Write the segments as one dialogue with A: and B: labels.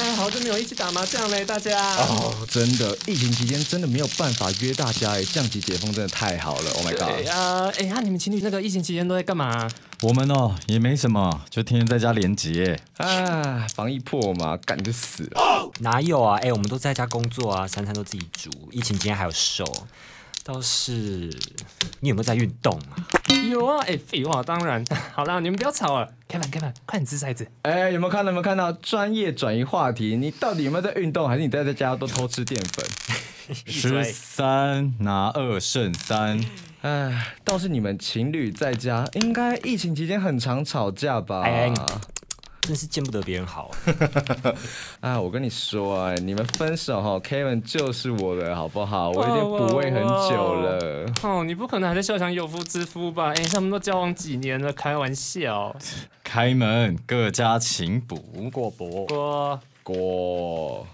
A: 哎，好久没有一起打麻将嘞，大家。
B: 哦，真的，疫情期间真的没有办法约大家哎，降级解封真的太好了，Oh my
A: 对
B: god！
A: 啊，哎呀，你们情侣那个疫情期间都在干嘛？
C: 我们哦也没什么，就天天在家连结。
B: 啊，防疫破嘛，赶就死了。
D: 哪有啊？哎、我们都在家工作啊，三餐都自己煮，疫情期间还有瘦。倒是你有没有在运动啊？
A: 有啊，哎，废话，当然。好啦，你们不要吵了，Kevin，Kevin，快点掷骰子。
B: 哎，有没有看到？有没有看到？专业转移话题，你到底有没有在运动，还是你待在家都偷吃淀粉？
C: 十三拿二胜三，
B: 哎，倒是你们情侣在家，应该疫情期间很常吵架吧？
D: 哎真是见不得别人好。
B: 哎，我跟你说，哎，你们分手哈，Kevin 就是我的，好不好？我已
A: 哇
B: 经
A: 哇
B: 补位很久
A: 哇
B: 了。
A: 哦，你不可能还在笑想有夫之妇吧？哎，他们都交往几年了，开玩笑。
C: 开门各家请补。
D: 过博
A: 我
B: 果，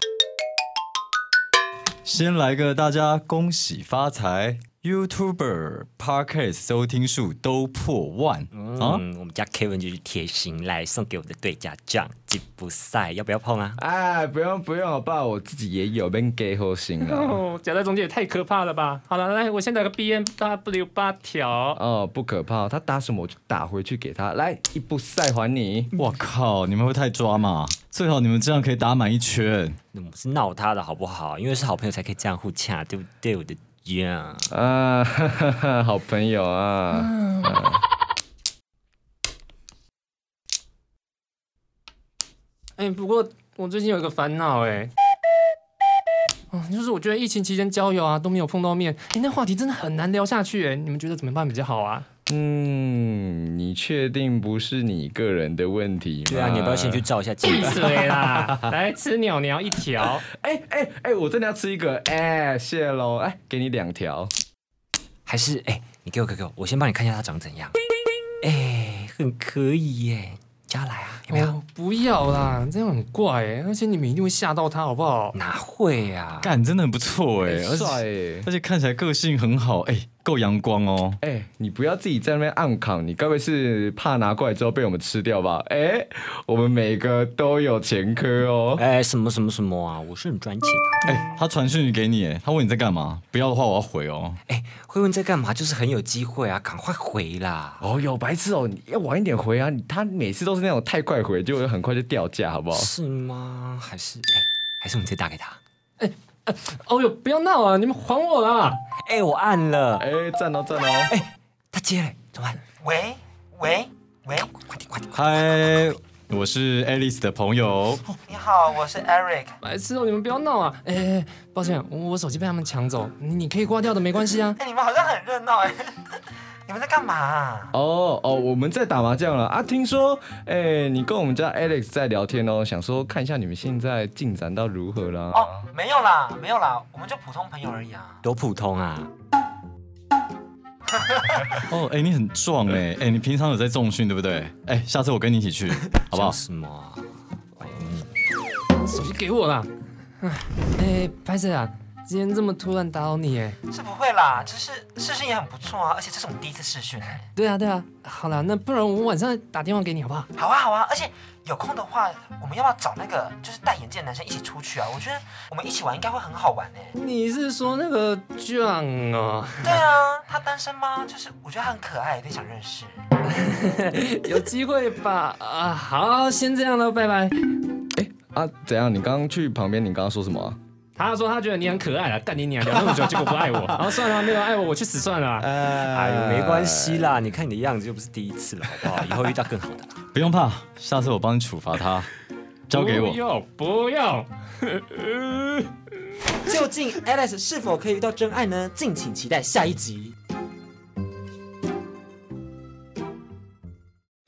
C: 先来个大家恭喜发财，YouTuber、Podcast 收听数都破万、啊！
D: 嗯，我们家 Kevin 就是贴心来送给我的对家酱吉普赛，要不要碰啊？
B: 哎，不用不用，好不好？我自己也有变 gay 后心了。
A: 哦，夹在中间也太可怕了吧！好了，来，我先打个 B N W 八条。
B: 哦，不可怕，他打什么我就打回去给他。来，一步赛还你。
C: 我靠，你们会太抓嘛？最好你们这样可以打满一圈。
D: 那我们是闹他的好不好？因为是好朋友才可以这样互掐，对不对？我的呀，
B: 啊，哈哈哈，好朋友啊，
A: 哎，不过我最近有一个烦恼哎。哦，就是我觉得疫情期间交友啊都没有碰到面，哎，那话题真的很难聊下去哎。你们觉得怎么办比较好啊？
B: 嗯，你确定不是你个人的问题吗？
D: 对啊，你要不要先去？照一下镜
A: 闭
D: 子？
A: 嘴 啦！来吃鸟鸟一条。
B: 哎哎哎，我真的要吃一个，哎，谢喽，哎，给你两条。
D: 还是哎、你给我给我给我，我先帮你看一下他长怎样。哎、很可以耶，加来啊，有没有？
A: 哦，不要啦，这样很怪哎，而且你们一定会吓到他，好不好？
D: 哪会啊？
C: 干，真的很不错哎、而
B: 帅
C: 且
B: 欸
C: 而且看起来个性很好，哎、够阳光哦。
B: 哎、你不要自己在那边暗扛，你该不会是怕拿过来之后被我们吃掉吧？哎、我们每个都有前科哦。
D: 哎、什么什么什么啊？我是很专情的、
C: 哎、他传讯息给你，哎他问你在干嘛，不要的话我要回哦。
D: 哎、慧文在干嘛？就是很有机会啊，赶快回啦！
B: 哦哟，白痴哦，你要晚一点回啊！你他每次都是那种太快回，结果很快就掉价，好不
C: 哦
B: 好？
D: 是吗？还是哎、还是我们直接打给他？
A: 哦哟，不要闹啊！你们还我啦！
D: 哎、我按了，
B: 哎、赞哦赞哦！
D: 他接了，怎么办？喂喂喂，快点快点！
C: 嗨，我是 Alice 的朋友，
E: 你好，我是 Eric。
A: 白痴哦，你们不要闹啊！哎、哎抱歉，我我手机被他们抢走，你你可以挂掉的，没关系啊。
E: 哎、你们好像很热闹哎， 你们在干嘛啊、
B: 哦哦，我们在打麻将了啊！听说，哎、你跟我们家 Alex 在聊天哦，想说看一下你们现在进展到如何啦。
E: 哦，没有啦，没有啦，我们就普通朋友而已啊。
D: 多普通啊！
C: 哦，哎、你很壮哎、哎、你平常有在重训对不对？哎、下次我跟你一起去，好不好
D: 讲？什么啊？
A: 手机给我啦！哎、哎拍摄啊，今天这么突然打扰你哎。
E: 是不会啦，就是视讯也很不错啊，而且这是我们第一次视讯哎。
A: 对啊对啊，好啦，那不然我晚上打电话给你好不好？
E: 好啊好啊，而且有空的话，我们要不要找那个就是戴眼镜的男生一起出去啊？我觉得我们一起玩应该会很好玩哎。
A: 你是说那个 John 哦？
E: 对啊，他单身吗？就是我觉得他很可爱，有点想认识。
A: 有机会吧？啊，好，先这样了，拜拜。
B: 啊，怎样？你刚刚去旁边，你刚刚说什么啊？
A: 他说他觉得你很可爱啊，干你娘！聊那么久，结果不爱 我。然后哦算了，没有爱我，我去死算了啊。
C: 呃
D: 哎呦，没关系啦，你看你的样子又不是第一次了，好不好？以后遇到更好的啊啦。
C: 不用怕，下次我帮你处罚他，交给我
A: 不。用不用。
E: 究竟 Alice 是否可以遇到真爱呢？敬请期待下一集。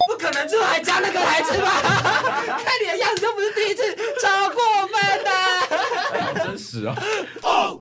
E: 不可能，最后还加那个台词 吧？看你的样子，都不是第一次，超过分的。
B: 真实啊！